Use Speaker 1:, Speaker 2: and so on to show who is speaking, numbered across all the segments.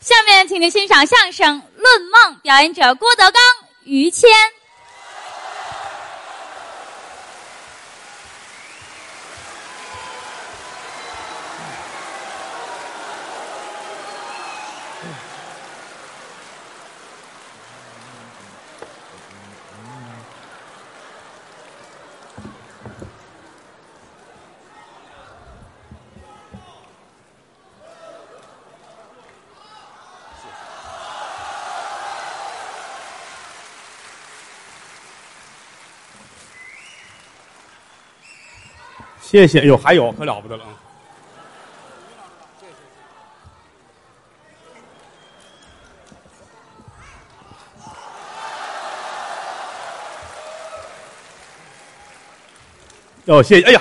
Speaker 1: 下面，请您欣赏相声《论梦》，表演者郭德纲、于谦。
Speaker 2: 谢谢，哟，还有可了不得了。嗯哟，谢谢，哎呀，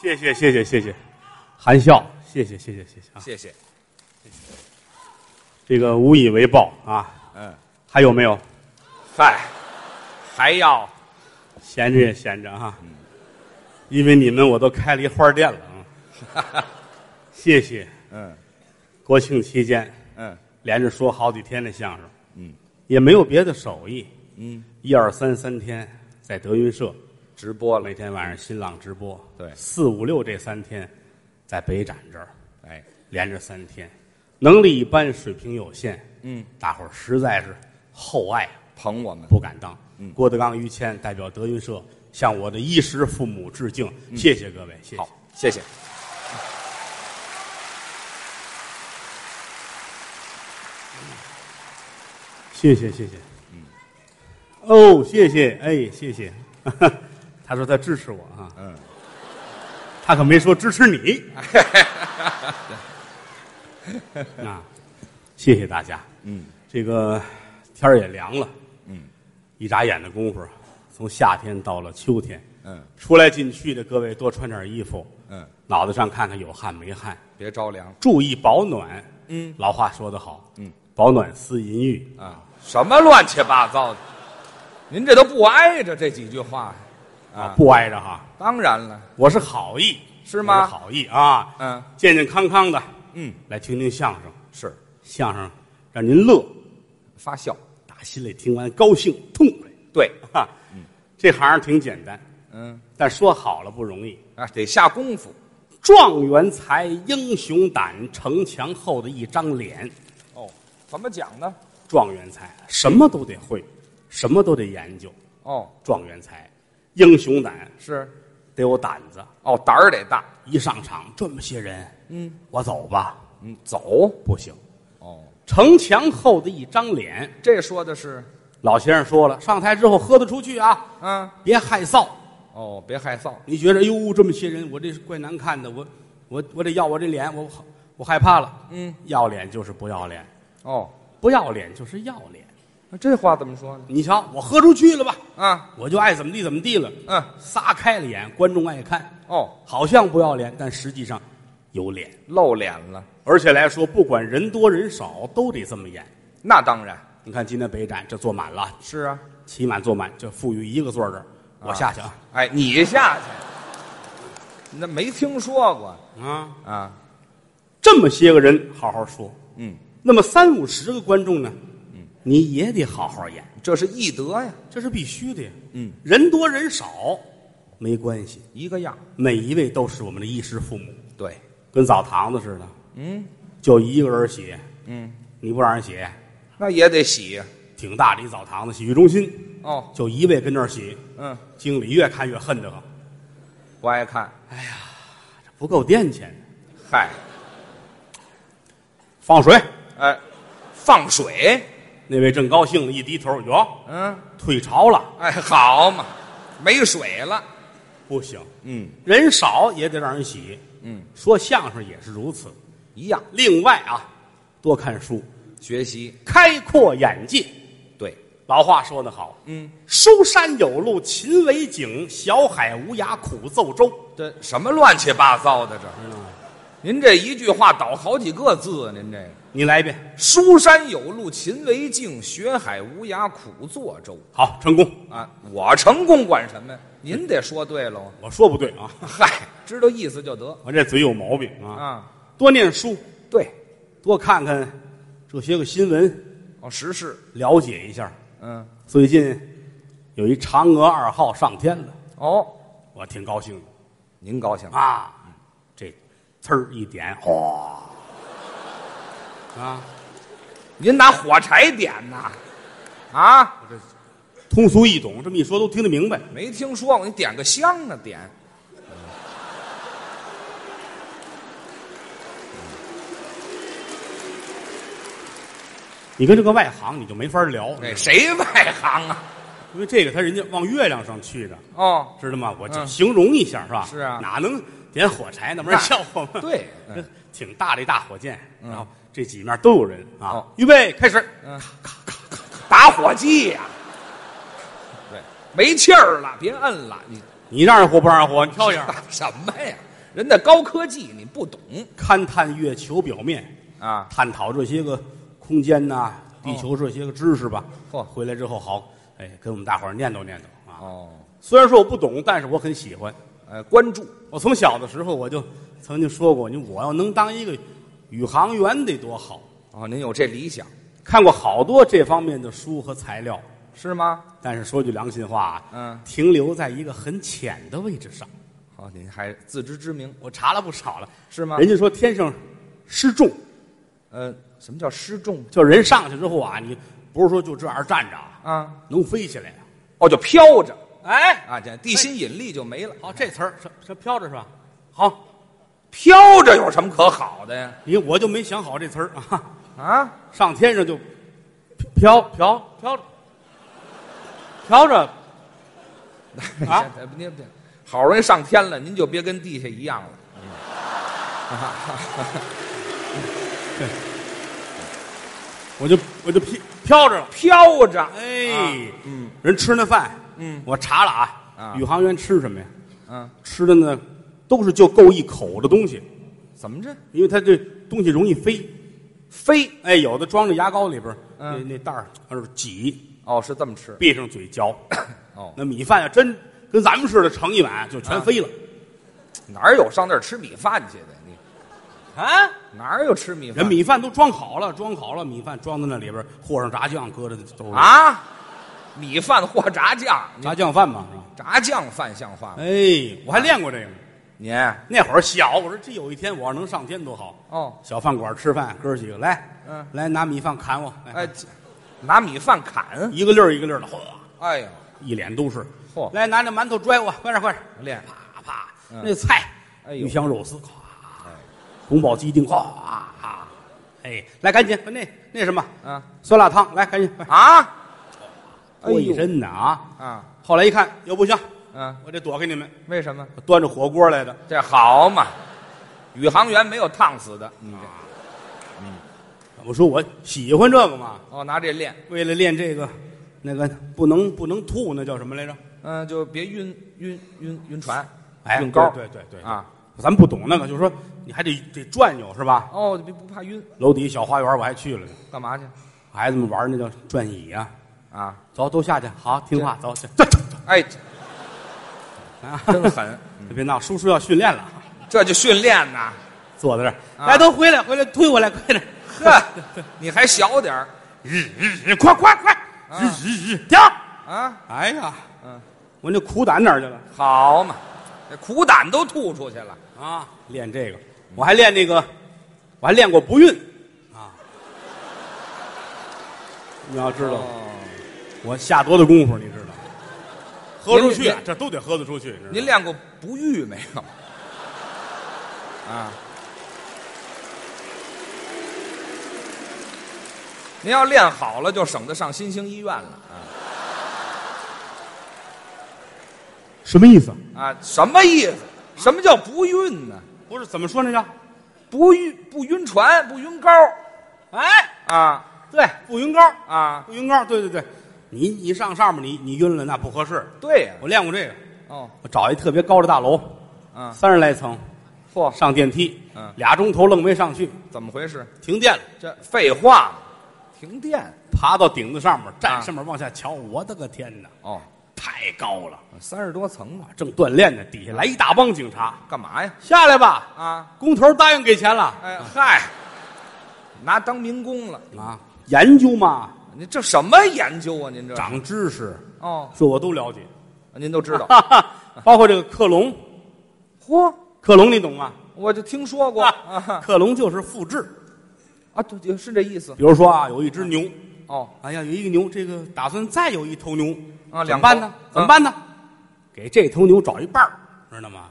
Speaker 2: 谢谢，谢谢，谢谢，含笑，谢谢，谢谢，谢谢啊！
Speaker 3: 谢谢。
Speaker 2: 这个无以为报啊，
Speaker 3: 嗯，
Speaker 2: 还有没有？
Speaker 3: 嗨，还要
Speaker 2: 闲着也闲着哈、因为你们我都开了一花店了啊。 谢谢，
Speaker 3: 嗯
Speaker 2: 国庆期间
Speaker 3: 嗯
Speaker 2: 连着说好几天的相声，
Speaker 3: 嗯，
Speaker 2: 也没有别的手艺，
Speaker 3: 嗯，
Speaker 2: 一二三三天在德云社，
Speaker 3: 直播
Speaker 2: 每
Speaker 3: 了，
Speaker 2: 天晚上新浪直播，
Speaker 3: 对
Speaker 2: 四五六这三天在北展这儿
Speaker 3: 哎，
Speaker 2: 连着三天，能力一般，水平有限，
Speaker 3: 嗯，
Speaker 2: 大伙儿实在是厚爱啊
Speaker 3: 捧我们，
Speaker 2: 不敢当。
Speaker 3: 嗯
Speaker 2: 郭德纲、于谦代表德云社向我的衣食父母致敬，谢谢各位，谢谢
Speaker 3: 嗯好。，谢谢。
Speaker 2: 谢谢谢谢。
Speaker 3: 嗯
Speaker 2: 哦，谢谢，哎，谢谢。 他说他支持我啊，
Speaker 3: 嗯，
Speaker 2: 他可没说支持 你。啊，谢谢大家。
Speaker 3: 嗯，
Speaker 2: 这个天儿也凉了，
Speaker 3: 嗯，
Speaker 2: 一眨眼的功夫，从夏天到了秋天，
Speaker 3: 嗯
Speaker 2: 出来进去的各位多穿点衣服，
Speaker 3: 嗯，啊
Speaker 2: 脑袋上看看有汗没汗，
Speaker 3: 别着凉
Speaker 2: 注意保暖。
Speaker 3: 嗯，
Speaker 2: 老话说得好，
Speaker 3: 嗯，
Speaker 2: 保暖思淫欲。
Speaker 3: 啊！什么乱七八糟的？您这都不挨着这几句话啊？
Speaker 2: 不挨着哈，
Speaker 3: 当然了，
Speaker 2: 我是好意，
Speaker 3: 是吗
Speaker 2: 我好意啊，
Speaker 3: 嗯
Speaker 2: 健健康康的
Speaker 3: 嗯，
Speaker 2: 来听听相声，
Speaker 3: 是
Speaker 2: 相声让您乐，
Speaker 3: 发笑，
Speaker 2: 打心里听完高兴痛快。
Speaker 3: 对，
Speaker 2: 哈，这行儿挺简单，
Speaker 3: 嗯
Speaker 2: 但说好了不容易。
Speaker 3: 啊，得下功夫。
Speaker 2: 状元才，英雄胆，城墙后的一张脸。
Speaker 3: 哦，怎么讲呢？
Speaker 2: 状元才什么都得会，什么都得研究。
Speaker 3: 哦，
Speaker 2: 状元才，英雄胆
Speaker 3: 是
Speaker 2: 得有胆子，
Speaker 3: 哦，胆儿得大。
Speaker 2: 一上场这么些人，
Speaker 3: 嗯
Speaker 2: 我走吧，
Speaker 3: 嗯，走。
Speaker 2: 不行。
Speaker 3: 哦，
Speaker 2: 城墙后的一张脸，
Speaker 3: 这说的是
Speaker 2: 老先生说了，上台之后喝得出去啊，
Speaker 3: 啊，
Speaker 2: 别害臊。
Speaker 3: 哦，别害臊。
Speaker 2: 你觉得，哎呦，这么些人，我这是怪难看的，我我我得要我这脸，我我害怕了。
Speaker 3: 嗯，
Speaker 2: 要脸就是不要脸，
Speaker 3: 哦，
Speaker 2: 不要脸就是要脸。
Speaker 3: 那这话怎么说呢？
Speaker 2: 你瞧，我喝出去了吧，
Speaker 3: 啊，
Speaker 2: 我就爱怎么地怎么地了，
Speaker 3: 嗯，
Speaker 2: 撒开了眼，观众爱看，
Speaker 3: 哦，
Speaker 2: 好像不要脸，但实际上有脸。
Speaker 3: 露脸了，
Speaker 2: 而且来说，不管人多人少，都得这么演。
Speaker 3: 那当然
Speaker 2: 你看今天北展这坐满了，
Speaker 3: 是啊。
Speaker 2: 起满坐满，就富裕一个座儿这儿，我下去啊
Speaker 3: 哎，你下去，那没听说过
Speaker 2: 啊！
Speaker 3: 啊？
Speaker 2: 这么些个人好好说，
Speaker 3: 嗯，
Speaker 2: 那么三五十个观众呢，你也得好好演，
Speaker 3: 这是艺德呀，
Speaker 2: 这是必须的呀。
Speaker 3: 嗯，
Speaker 2: 人多人少没关系，
Speaker 3: 一个样。
Speaker 2: 每一位都是我们的衣食父母，
Speaker 3: 对，
Speaker 2: 跟澡堂子似的，
Speaker 3: 嗯
Speaker 2: 就一个人洗，
Speaker 3: 嗯，
Speaker 2: 你不让人洗，
Speaker 3: 那也得洗呀。
Speaker 2: 挺大的一澡堂子，洗浴中心
Speaker 3: 哦，
Speaker 2: 就一位跟那儿洗，
Speaker 3: 嗯，
Speaker 2: 经理越看越恨得慌，
Speaker 3: 不爱看。
Speaker 2: 不够店钱，
Speaker 3: 嗨，
Speaker 2: 放水。
Speaker 3: 哎，放水。
Speaker 2: 那位正高兴呢，一低头，哟，
Speaker 3: 嗯，
Speaker 2: 退潮了，
Speaker 3: 哎，好嘛，没水了。
Speaker 2: 不行，
Speaker 3: 嗯
Speaker 2: 人少也得让人洗。
Speaker 3: 嗯，
Speaker 2: 说相声也是如此。
Speaker 3: 一样
Speaker 2: 另外啊，多看书，
Speaker 3: 学习。
Speaker 2: 开阔眼界。
Speaker 3: 对，
Speaker 2: 老话说得好，
Speaker 3: 嗯，
Speaker 2: 书山有路勤为径，小海无涯苦奏舟。
Speaker 3: 这嗯什么乱七八糟的这？您这一句话倒好几个字，您这个
Speaker 2: 你来一遍，
Speaker 3: 书山有路勤为径，学海无涯苦作舟。
Speaker 2: 好，成功。
Speaker 3: 啊，我成功管什么呀？您得说对喽。
Speaker 2: 我说不对啊，
Speaker 3: 嗨，知道意思就得
Speaker 2: 我这嘴有毛病啊。
Speaker 3: 啊。
Speaker 2: 多念书，
Speaker 3: 对，
Speaker 2: 多看看这些个新闻，
Speaker 3: 哦，时事，
Speaker 2: 了解一下。
Speaker 3: 嗯，
Speaker 2: 最近有一嫦娥二号上天了，
Speaker 3: 哦，
Speaker 2: 我挺高兴的
Speaker 3: 您高兴啊？
Speaker 2: 啊。这呲儿一点，哗、啊，
Speaker 3: 您拿火柴点呐？啊，
Speaker 2: 通俗易懂，这么一说都听得明白。
Speaker 3: 没听说过，你点个香呢？点
Speaker 2: 你跟这个外行你就没法聊，
Speaker 3: 哎，谁外行啊？
Speaker 2: 因为这个他人家往月亮上去的，
Speaker 3: 哦，
Speaker 2: 知道吗？我就
Speaker 3: 嗯
Speaker 2: 形容一下是吧？
Speaker 3: 是啊
Speaker 2: 哪能点火柴那不是
Speaker 3: 那
Speaker 2: 笑话吗？
Speaker 3: 对嗯
Speaker 2: 挺大的一大火箭，然后这几面都有人啊
Speaker 3: 哦。
Speaker 2: 预备开始，
Speaker 3: 嗯，打火机呀、对，没气儿了，别摁了，你
Speaker 2: 你让人活不让人活？你挑一下，
Speaker 3: 什么呀？人家高科技你不懂
Speaker 2: 勘探月球表面，
Speaker 3: 啊？
Speaker 2: 探讨这些个空间呐、地球这些个知识吧。
Speaker 3: 哦嚯
Speaker 2: 回来之后好，哎，跟我们大伙儿念叨念叨啊。
Speaker 3: 哦，
Speaker 2: 虽然说我不懂，但是我很喜欢。
Speaker 3: 呃，关注
Speaker 2: 我从小的时候我就曾经说过，你我要能当一个宇航员得多好。
Speaker 3: 哦，您有这理想
Speaker 2: 看过好多这方面的书和材料，
Speaker 3: 是吗？
Speaker 2: 但是说句良心话啊，
Speaker 3: 嗯
Speaker 2: 停留在一个很浅的位置上。
Speaker 3: 好、哦您还自知之明
Speaker 2: 我查了不少了，
Speaker 3: 是吗？
Speaker 2: 人家说天上失重，
Speaker 3: 呃，什么叫失重
Speaker 2: 就是人上去之后啊，你不是说就这样站着啊，
Speaker 3: 啊？
Speaker 2: 能飞起来啊。
Speaker 3: 哦，就飘着
Speaker 2: 哎，
Speaker 3: 啊，这地心引力就没了。
Speaker 2: 好，这词儿这这飘着是吧？好，
Speaker 3: 飘着有什么可好的呀？
Speaker 2: 你我就没想好这词儿啊，
Speaker 3: 啊，
Speaker 2: 上天上就飘飘飘着，飘着啊
Speaker 3: 这您哎别好容易上天了，您就别跟地下一样了。
Speaker 2: 我就我就飘飘着了。
Speaker 3: 飘着，
Speaker 2: 哎，
Speaker 3: 嗯，
Speaker 2: 人吃那饭，
Speaker 3: 嗯，
Speaker 2: 我查了啊
Speaker 3: 啊，
Speaker 2: 宇航员吃什么呀？
Speaker 3: 嗯，
Speaker 2: 吃的呢都是就够一口的东西，
Speaker 3: 怎么着？
Speaker 2: 因为它这东西容易飞。
Speaker 3: 飞？
Speaker 2: 哎，有的装着牙膏里边儿，那
Speaker 3: 嗯
Speaker 2: 那袋儿往这儿挤，
Speaker 3: 哦，是这么吃。
Speaker 2: 闭上嘴嚼。
Speaker 3: 哦，
Speaker 2: 那米饭要啊真跟咱们似的盛一碗，就全飞了
Speaker 3: 哪儿有上那儿吃米饭去的？你
Speaker 2: 啊！
Speaker 3: 哪儿有吃米饭？
Speaker 2: 人米饭都装好了，装好了，米饭装在那里边儿，和上炸酱，搁着兜里。
Speaker 3: 啊，米饭或炸酱，
Speaker 2: 炸酱饭嘛是吧？
Speaker 3: 炸酱饭像话吗？
Speaker 2: 哎，我还练过这个呢。
Speaker 3: 您
Speaker 2: 那会儿小，我说这有一天我要能上天多好。
Speaker 3: 哦，
Speaker 2: 小饭馆吃饭，哥儿几个来，
Speaker 3: 嗯
Speaker 2: 来拿米饭砍我，来，
Speaker 3: 哎，这拿米饭砍，
Speaker 2: 一个粒儿一个粒儿的，哗，
Speaker 3: 哎呀，
Speaker 2: 一脸都是。
Speaker 3: 嚯
Speaker 2: 来拿那馒头拽我，快点快点，
Speaker 3: 练
Speaker 2: 啪啪，
Speaker 3: 哦嗯
Speaker 2: 那菜，
Speaker 3: 哎呦哎
Speaker 2: 鱼香肉丝，咵，宫保鸡丁，咵，哎，来赶紧把那那什么
Speaker 3: 啊
Speaker 2: 酸辣汤，来赶紧，快
Speaker 3: 啊！
Speaker 2: 过一身的啊。
Speaker 3: 啊，
Speaker 2: 后来一看，又不行，
Speaker 3: 嗯、
Speaker 2: 我得躲开你们，
Speaker 3: 为什么？
Speaker 2: 我端着火锅来的，
Speaker 3: 这好嘛，宇航员没有烫死的。嗯，
Speaker 2: 我说我喜欢这个嘛，
Speaker 3: 哦，拿这练，
Speaker 2: 为了练这个，那个不能不能吐，那叫什么来着？
Speaker 3: 嗯、就别晕晕晕晕船，
Speaker 2: 哎，
Speaker 3: 晕高，
Speaker 2: 对对对对
Speaker 3: 啊，
Speaker 2: 咱不懂那个，就是说你还得得转悠是吧？
Speaker 3: 哦，别不怕晕，
Speaker 2: 楼底下小花园我还去了呢，
Speaker 3: 干嘛去？
Speaker 2: 孩子们玩那叫转椅啊，
Speaker 3: 啊，
Speaker 2: 走都下去，好听话，走去，走走走
Speaker 3: 哎，
Speaker 2: 啊！
Speaker 3: 真狠，
Speaker 2: 别闹，叔叔要训练了，
Speaker 3: 这就训练呐。
Speaker 2: 坐在这儿，
Speaker 3: 啊
Speaker 2: 来都回来，回来推我来，快点，
Speaker 3: 呵，你还小点儿
Speaker 2: 日日日，快快快，日日日，停！
Speaker 3: 啊？
Speaker 2: 哎呀，
Speaker 3: 嗯，
Speaker 2: 我那苦胆哪儿去了
Speaker 3: 好嘛，这苦胆都吐出去了。
Speaker 2: 啊？练这个，我还练那个，我还练过不孕啊。你要知道，
Speaker 3: 哦，
Speaker 2: 我下多大功夫，你知道吗？喝出去
Speaker 3: 您，
Speaker 2: 这都得喝得出去。你知道吗
Speaker 3: 您练过不育没有？啊？您要练好了，就省得上新兴医院了啊
Speaker 2: 什么意思？
Speaker 3: 啊！啊，什么意思？什么叫不孕呢？
Speaker 2: 不是怎么说那叫？
Speaker 3: 不晕不晕船，不晕高
Speaker 2: 哎，
Speaker 3: 啊
Speaker 2: 对，不晕高，
Speaker 3: 啊！
Speaker 2: 不晕高，对对对，你你上上面你你晕了那不合适。
Speaker 3: 对呀、
Speaker 2: 我练过这个，
Speaker 3: 哦，
Speaker 2: 我找一特别高的大楼，
Speaker 3: 嗯、
Speaker 2: 三十来层，
Speaker 3: 嚯，
Speaker 2: 上电梯，
Speaker 3: 嗯
Speaker 2: 俩钟头愣没上去，
Speaker 3: 怎么回事？
Speaker 2: 停电了，
Speaker 3: 这废话，停电
Speaker 2: 爬到顶子上面，
Speaker 3: 啊
Speaker 2: 站上面往下瞧，我的个天哪，
Speaker 3: 哦，
Speaker 2: 太高了！
Speaker 3: 三十多层了，
Speaker 2: 正锻炼呢，底下来一大帮警察，
Speaker 3: 干嘛呀？
Speaker 2: 下来吧！
Speaker 3: 啊，
Speaker 2: 工头答应给钱了
Speaker 3: 哎嗨，拿当民工了，
Speaker 2: 啊，研究嘛，
Speaker 3: 您这什么研究啊？您这
Speaker 2: 长知识，
Speaker 3: 哦，
Speaker 2: 这我都了解，
Speaker 3: 您都知道。
Speaker 2: 哈哈，包括这个克隆，
Speaker 3: 嚯，
Speaker 2: 克隆你懂吗？
Speaker 3: 我就听说过
Speaker 2: 啊
Speaker 3: 啊
Speaker 2: 克隆就是复制，
Speaker 3: 啊，对，是这意思
Speaker 2: 比如说啊，有一只牛，
Speaker 3: 哦。
Speaker 2: 哎呀，有一个牛，这个打算再有一头牛
Speaker 3: 啊
Speaker 2: 怎
Speaker 3: 两
Speaker 2: 么办呢
Speaker 3: 头？
Speaker 2: 怎么办呢？给这头牛找一半儿知道吗？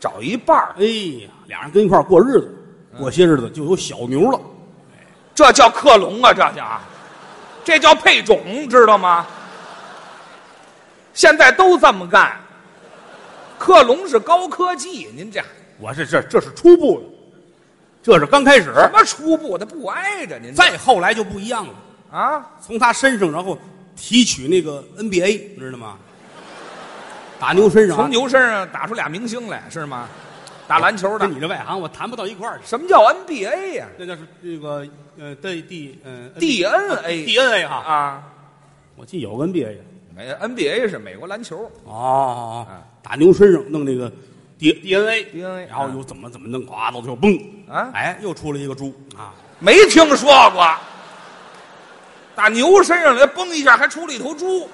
Speaker 3: 找一半儿，
Speaker 2: 哎呀，俩人跟一块儿过日子，
Speaker 3: 嗯
Speaker 2: 过些日子就有小牛了。
Speaker 3: 这叫克隆啊，这叫，这叫配种，知道吗？现在都这么干，克隆是高科技，您这
Speaker 2: 我这这这是初步的，这是刚开始，
Speaker 3: 什么初步的啊不挨着您这
Speaker 2: 再后来就不一样了。
Speaker 3: 啊？
Speaker 2: 从他身上，然后提取那个 NBA，知道吗？打牛身上啊，
Speaker 3: 从牛身上打出俩明星来是吗？打篮球的
Speaker 2: 跟，你这外行，我谈不到一块儿去。
Speaker 3: 什么叫 NBA 呀、
Speaker 2: 那叫是这个呃，D D 嗯
Speaker 3: DNA
Speaker 2: DNA 哈，
Speaker 3: 啊？
Speaker 2: 我记得有个 NBA
Speaker 3: 美 NBA 是美国篮球，
Speaker 2: 哦
Speaker 3: 啊
Speaker 2: 打牛身上弄那个 D 啊 DNA
Speaker 3: DNA
Speaker 2: 然后又怎么怎么弄，呱到最后嘣
Speaker 3: 啊
Speaker 2: 哎，又出了一个猪啊，
Speaker 3: 没听说过。打牛身上来崩一下，还出了一头猪，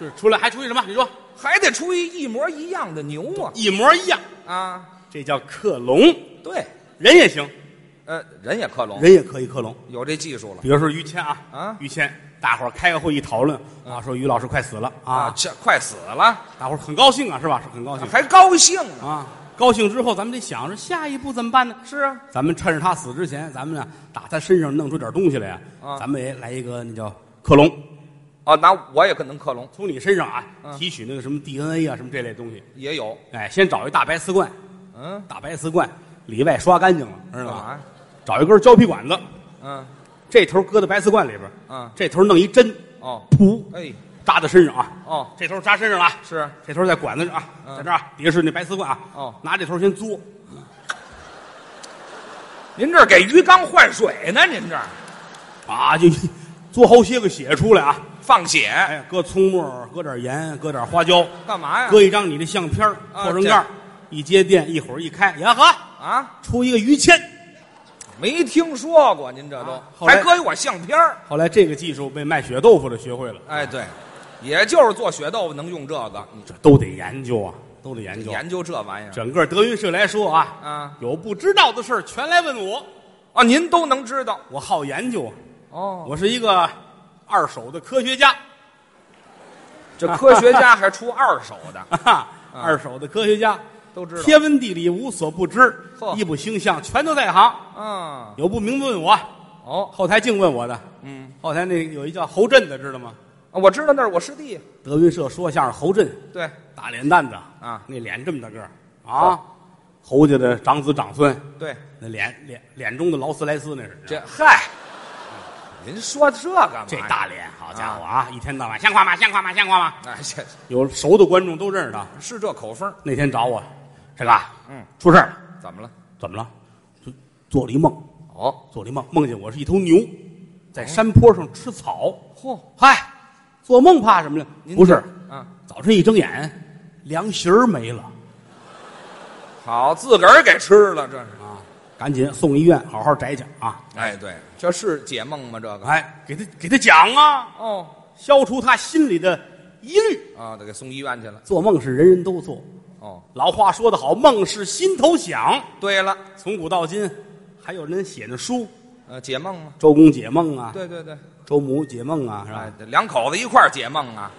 Speaker 2: 就是出来还出一什么？你说
Speaker 3: 还得出一一模一样的牛啊！
Speaker 2: 一模一样，
Speaker 3: 啊，
Speaker 2: 这叫克隆，
Speaker 3: 对，
Speaker 2: 人也行，
Speaker 3: 呃，人也克隆，
Speaker 2: 人也可以克隆。
Speaker 3: 有这技术了
Speaker 2: 比如说于谦啊，
Speaker 3: 啊
Speaker 2: 于谦，大伙儿开个会议讨论啊，说于老师快死了啊，
Speaker 3: 这快死了，
Speaker 2: 大伙儿很高兴啊，是吧？是很高兴
Speaker 3: 还高兴呢。
Speaker 2: 啊。高兴之后，咱们得想着下一步怎么办呢？
Speaker 3: 是啊，
Speaker 2: 咱们趁着他死之前，咱们呢打他身上弄出点东西来呀、
Speaker 3: 啊
Speaker 2: 咱们也来一个那叫克隆，
Speaker 3: 哦，那我也可能克隆，
Speaker 2: 从你身上啊
Speaker 3: 嗯
Speaker 2: 提取那个什么 DNA 啊什么这类东西。
Speaker 3: 也有，
Speaker 2: 哎，先找一大白瓷罐，
Speaker 3: 嗯，
Speaker 2: 大白瓷罐里外刷干净了，知
Speaker 3: 干
Speaker 2: 道
Speaker 3: 嘛
Speaker 2: 吧？
Speaker 3: 呀？
Speaker 2: 找一根胶皮管子，
Speaker 3: 嗯
Speaker 2: 这头搁在白瓷罐里边，
Speaker 3: 嗯，
Speaker 2: 这头弄一针，
Speaker 3: 哦，
Speaker 2: 噗
Speaker 3: 哎，
Speaker 2: 扎在身上啊，
Speaker 3: 哦，
Speaker 2: 这头扎身上了啊。
Speaker 3: 是
Speaker 2: 这头在管子上啊，
Speaker 3: 嗯
Speaker 2: 在这儿啊底下是那白瓷罐啊，
Speaker 3: 哦
Speaker 2: 拿这头先嘬，
Speaker 3: 您这儿给鱼缸换水呢？您这儿
Speaker 2: 啊，就嘬好些个血出来啊，
Speaker 3: 放血
Speaker 2: 哎，搁葱末儿，搁点盐，搁点花椒，
Speaker 3: 干嘛呀？
Speaker 2: 搁一张你的相片儿
Speaker 3: 啊
Speaker 2: 扩成盖儿，一接电一会儿一开，呀呵，
Speaker 3: 啊，
Speaker 2: 出一个于谦。
Speaker 3: 没听说过，您这都
Speaker 2: 啊后来
Speaker 3: 还搁一我相片儿
Speaker 2: 后来这个技术被卖血豆腐的学会了，
Speaker 3: 哎，对，也就是做血豆腐能用这个，
Speaker 2: 这都得研究啊，都得研究。
Speaker 3: 研究这玩意儿
Speaker 2: 整个德云社来说啊，
Speaker 3: 啊，
Speaker 2: 有不知道的事儿全来问我，
Speaker 3: 哦，您都能知道
Speaker 2: 我好研究啊，
Speaker 3: 哦。
Speaker 2: 我是一个二手的科学家。
Speaker 3: 这科学家还出二手
Speaker 2: 哈
Speaker 3: 的，
Speaker 2: 哈， 二手的科学家
Speaker 3: 啊都知道
Speaker 2: 天文地理无所不知，
Speaker 3: 嚯
Speaker 2: 一不星象全都在行。
Speaker 3: 嗯，
Speaker 2: 有不明白问我，
Speaker 3: 哦，
Speaker 2: 后台净问我的。
Speaker 3: 嗯，
Speaker 2: 后台那有一叫侯震的，知道吗？
Speaker 3: 哦我知道那是我师弟，
Speaker 2: 德云社说相声侯震，
Speaker 3: 对，
Speaker 2: 大脸蛋子
Speaker 3: 啊
Speaker 2: 那脸这么大个儿啊，侯家的长子长孙，
Speaker 3: 对，
Speaker 2: 那脸脸脸中的劳斯莱斯那是。
Speaker 3: 这哎嗨，您说这干嘛？
Speaker 2: 这，大脸，好家伙啊！一天到晚像话吗？像话吗？像话吗？
Speaker 3: 哎，这
Speaker 2: 有熟的观众都认识他。
Speaker 3: 是这口风儿，
Speaker 2: 那天找我，这个，
Speaker 3: 嗯，
Speaker 2: 出事儿了，
Speaker 3: 怎么了？
Speaker 2: 怎么了？就做了一梦，
Speaker 3: 哦，
Speaker 2: 做了一梦，梦见我是一头牛，在山坡上吃草。
Speaker 3: 嚯，
Speaker 2: 嗨，做梦怕什么呀？
Speaker 3: 您
Speaker 2: 不是，
Speaker 3: 啊，
Speaker 2: 早晨一睁眼，凉席儿没了
Speaker 3: 好，自个儿给吃了，这是，
Speaker 2: 啊！赶紧送医院，好好摘去啊！
Speaker 3: 哎，对，这是解梦吗？这个，
Speaker 2: 哎，给他给他讲啊，
Speaker 3: 哦，
Speaker 2: 消除他心里的疑虑。
Speaker 3: 啊，得给送医院去了。
Speaker 2: 做梦是人人都做，
Speaker 3: 哦，
Speaker 2: 老话说得好，梦是心头想。
Speaker 3: 对了，
Speaker 2: 从古到今，还有人写那书，
Speaker 3: 呃，解梦吗？
Speaker 2: 周公解梦啊，
Speaker 3: 对对对，
Speaker 2: 周母解梦啊，是
Speaker 3: 哎
Speaker 2: 吧？，
Speaker 3: 两口子一块儿解梦啊，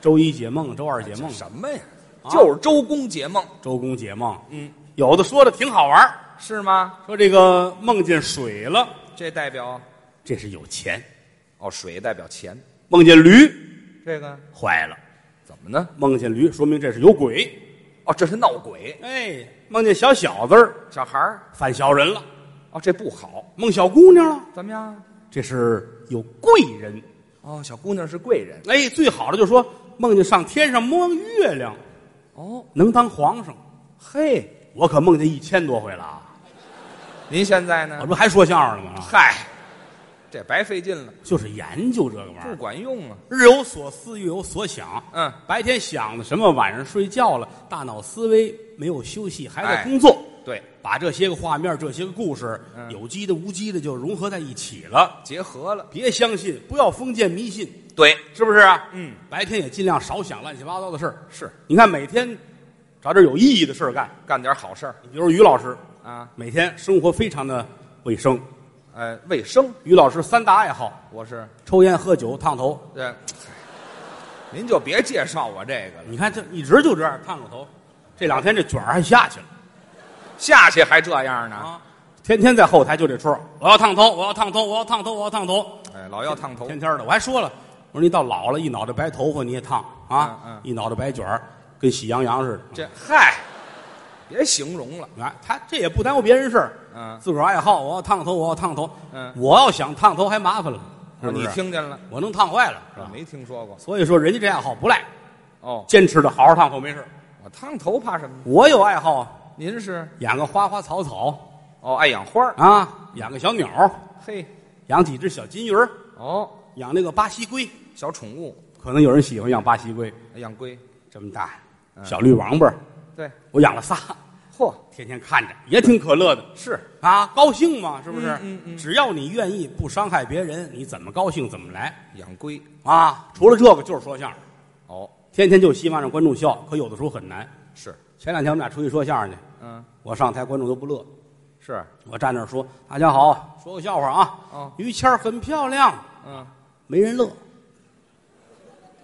Speaker 2: 周一解梦，周二解梦
Speaker 3: 这，什么呀？
Speaker 2: 啊
Speaker 3: 就是周公解梦，
Speaker 2: 周公解梦。
Speaker 3: 嗯，
Speaker 2: 有的说的挺好玩儿，
Speaker 3: 是吗？
Speaker 2: 说这个梦见水了，
Speaker 3: 这代表
Speaker 2: 这是有钱；
Speaker 3: 哦，水代表钱，
Speaker 2: 梦见驴
Speaker 3: 这个
Speaker 2: 坏了，
Speaker 3: 怎么呢？
Speaker 2: 梦见驴说明这是有鬼。
Speaker 3: 哦，这是闹鬼，
Speaker 2: 哎，梦见小小子儿
Speaker 3: 小孩儿
Speaker 2: 犯小人了，
Speaker 3: 哦，这不好，
Speaker 2: 梦小姑娘了，
Speaker 3: 怎么样？
Speaker 2: 这是有贵人。
Speaker 3: 哦，小姑娘是贵人
Speaker 2: 哎，最好的就说梦见上天上摸月亮，
Speaker 3: 哦，
Speaker 2: 能当皇上。
Speaker 3: 嘿，
Speaker 2: 我可梦见一千多回了啊！
Speaker 3: 您现在
Speaker 2: 我这
Speaker 3: 呢？
Speaker 2: 不还说相声呢吗？
Speaker 3: 嗨，这白费劲了，
Speaker 2: 就是研究这个玩意
Speaker 3: 不
Speaker 2: 儿，
Speaker 3: 管用啊。
Speaker 2: 日有所思，夜有所想。
Speaker 3: 嗯，
Speaker 2: 白天想的什么，晚上睡觉了，大脑思维没有休息，还在
Speaker 3: 哎
Speaker 2: 工作，
Speaker 3: 对，
Speaker 2: 把这些个画面、这些个故事，
Speaker 3: 嗯
Speaker 2: 有机的、无机的就融合在一起了。
Speaker 3: 结合了，
Speaker 2: 别相信，不要封建迷信，
Speaker 3: 对，
Speaker 2: 是不是啊？
Speaker 3: 嗯，
Speaker 2: 白天也尽量少想乱七八糟的事儿。
Speaker 3: 是
Speaker 2: 你看，每天找点有意义的事儿干。
Speaker 3: 干点好事儿
Speaker 2: 你比如于老师，
Speaker 3: 啊，
Speaker 2: 每天生活非常的卫生。
Speaker 3: 呃，卫生，
Speaker 2: 于老师三大爱好：
Speaker 3: 我是
Speaker 2: 抽烟、喝酒、烫头。
Speaker 3: 呃，您就别介绍我这个了，
Speaker 2: 你看，这一直就这样烫过头，这两天这卷儿还下去了
Speaker 3: 下去还这样呢？
Speaker 2: 啊！天天在后台就这出儿，我要烫头，我要烫头，我要烫头，我要烫头，
Speaker 3: 哎，老要烫头
Speaker 2: 天，天的。我还说了，我说你到老了，一脑袋白头发你也烫啊，
Speaker 3: 嗯嗯
Speaker 2: 一脑袋白卷儿，跟喜羊羊似的。
Speaker 3: 这嗨，别形容了，
Speaker 2: 你看他这也不耽误别人事儿，
Speaker 3: 嗯
Speaker 2: 自个儿爱好，我要烫头，我要烫头，
Speaker 3: 嗯哦
Speaker 2: 我要想烫头还麻烦了，是不
Speaker 3: 你
Speaker 2: 是？
Speaker 3: 听哦见了？
Speaker 2: 我能烫坏了，是
Speaker 3: 我
Speaker 2: 吧？
Speaker 3: 没听说过
Speaker 2: 所以说人家这爱好不赖，
Speaker 3: 哦，
Speaker 2: 坚持的好好烫头没事儿。
Speaker 3: 我烫头怕什么？
Speaker 2: 我有爱好啊，
Speaker 3: 您是
Speaker 2: 养个花花草草
Speaker 3: 哦，爱养花儿，
Speaker 2: 啊，养个小鸟儿，
Speaker 3: 嘿，
Speaker 2: 养几只小金鱼儿，
Speaker 3: 哦，
Speaker 2: 养那个巴西龟。
Speaker 3: 小宠物，
Speaker 2: 可能有人喜欢养巴西龟，
Speaker 3: 养龟，
Speaker 2: 这么大，
Speaker 3: 嗯
Speaker 2: 小绿王八儿，
Speaker 3: 对，
Speaker 2: 我养了仨，
Speaker 3: 嚯，
Speaker 2: 天天看着也挺可乐的
Speaker 3: 是
Speaker 2: 啊，高兴嘛，是不是？
Speaker 3: 嗯嗯嗯
Speaker 2: 只要你愿意，不伤害别人，你怎么高兴怎么来
Speaker 3: 养龟，
Speaker 2: 啊。除了这个就是说相声，
Speaker 3: 哦，
Speaker 2: 天天就希望让观众笑，可有的时候很难。
Speaker 3: 是，
Speaker 2: 前两天我们俩出去说相声去，
Speaker 3: 嗯，
Speaker 2: 我上台观众都不乐，
Speaker 3: 是，
Speaker 2: 我站那儿说大家好，说个笑话啊。
Speaker 3: 哦
Speaker 2: 于谦儿很漂亮，
Speaker 3: 嗯，
Speaker 2: 没人乐。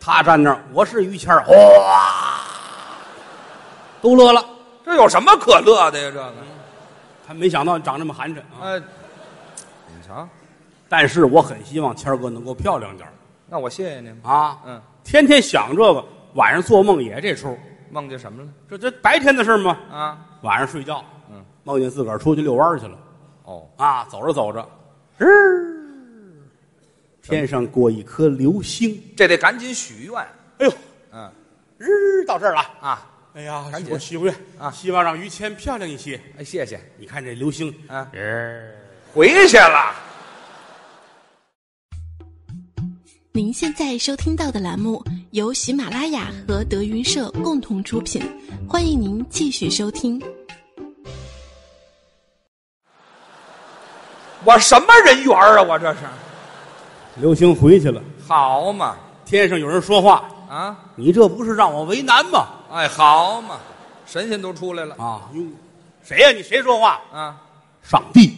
Speaker 2: 他站那儿，我是于谦儿，哇，都乐了。
Speaker 3: 这有什么可乐的呀？这个，
Speaker 2: 他没想到你长这么寒碜啊！
Speaker 3: 呃，你瞧，
Speaker 2: 但是我很希望谦儿哥能够漂亮点儿
Speaker 3: 那我谢谢您。
Speaker 2: 啊！
Speaker 3: 嗯，
Speaker 2: 天天想这个，晚上做梦也这出。
Speaker 3: 梦见什么了？
Speaker 2: 这这白天的事儿嘛，
Speaker 3: 啊，
Speaker 2: 晚上睡觉，
Speaker 3: 嗯，
Speaker 2: 梦见自个儿出去遛弯儿去了
Speaker 3: 哦，
Speaker 2: 啊！走着走着，日，天上过一颗流星，
Speaker 3: 这得赶紧许愿。
Speaker 2: 哎呦，
Speaker 3: 嗯
Speaker 2: 日到这儿了。
Speaker 3: 啊，
Speaker 2: 哎呀，
Speaker 3: 赶紧
Speaker 2: 我许个愿
Speaker 3: 啊
Speaker 2: 希望让于谦漂亮一些。
Speaker 3: 哎，谢谢。
Speaker 2: 你看这流星，
Speaker 3: 啊，
Speaker 2: 日
Speaker 3: 回去了。
Speaker 4: 您现在收听到的栏目由喜马拉雅和德云社共同出品，欢迎您继续收听。
Speaker 3: 我什么人缘啊？我这是
Speaker 2: 流星回去了，
Speaker 3: 好嘛？
Speaker 2: 天上有人说话，
Speaker 3: 啊，
Speaker 2: 你这不是让我为难吗？
Speaker 3: 哎，好嘛，神仙都出来了
Speaker 2: 啊，哟，谁呀、你谁说话？
Speaker 3: 啊！
Speaker 2: 上帝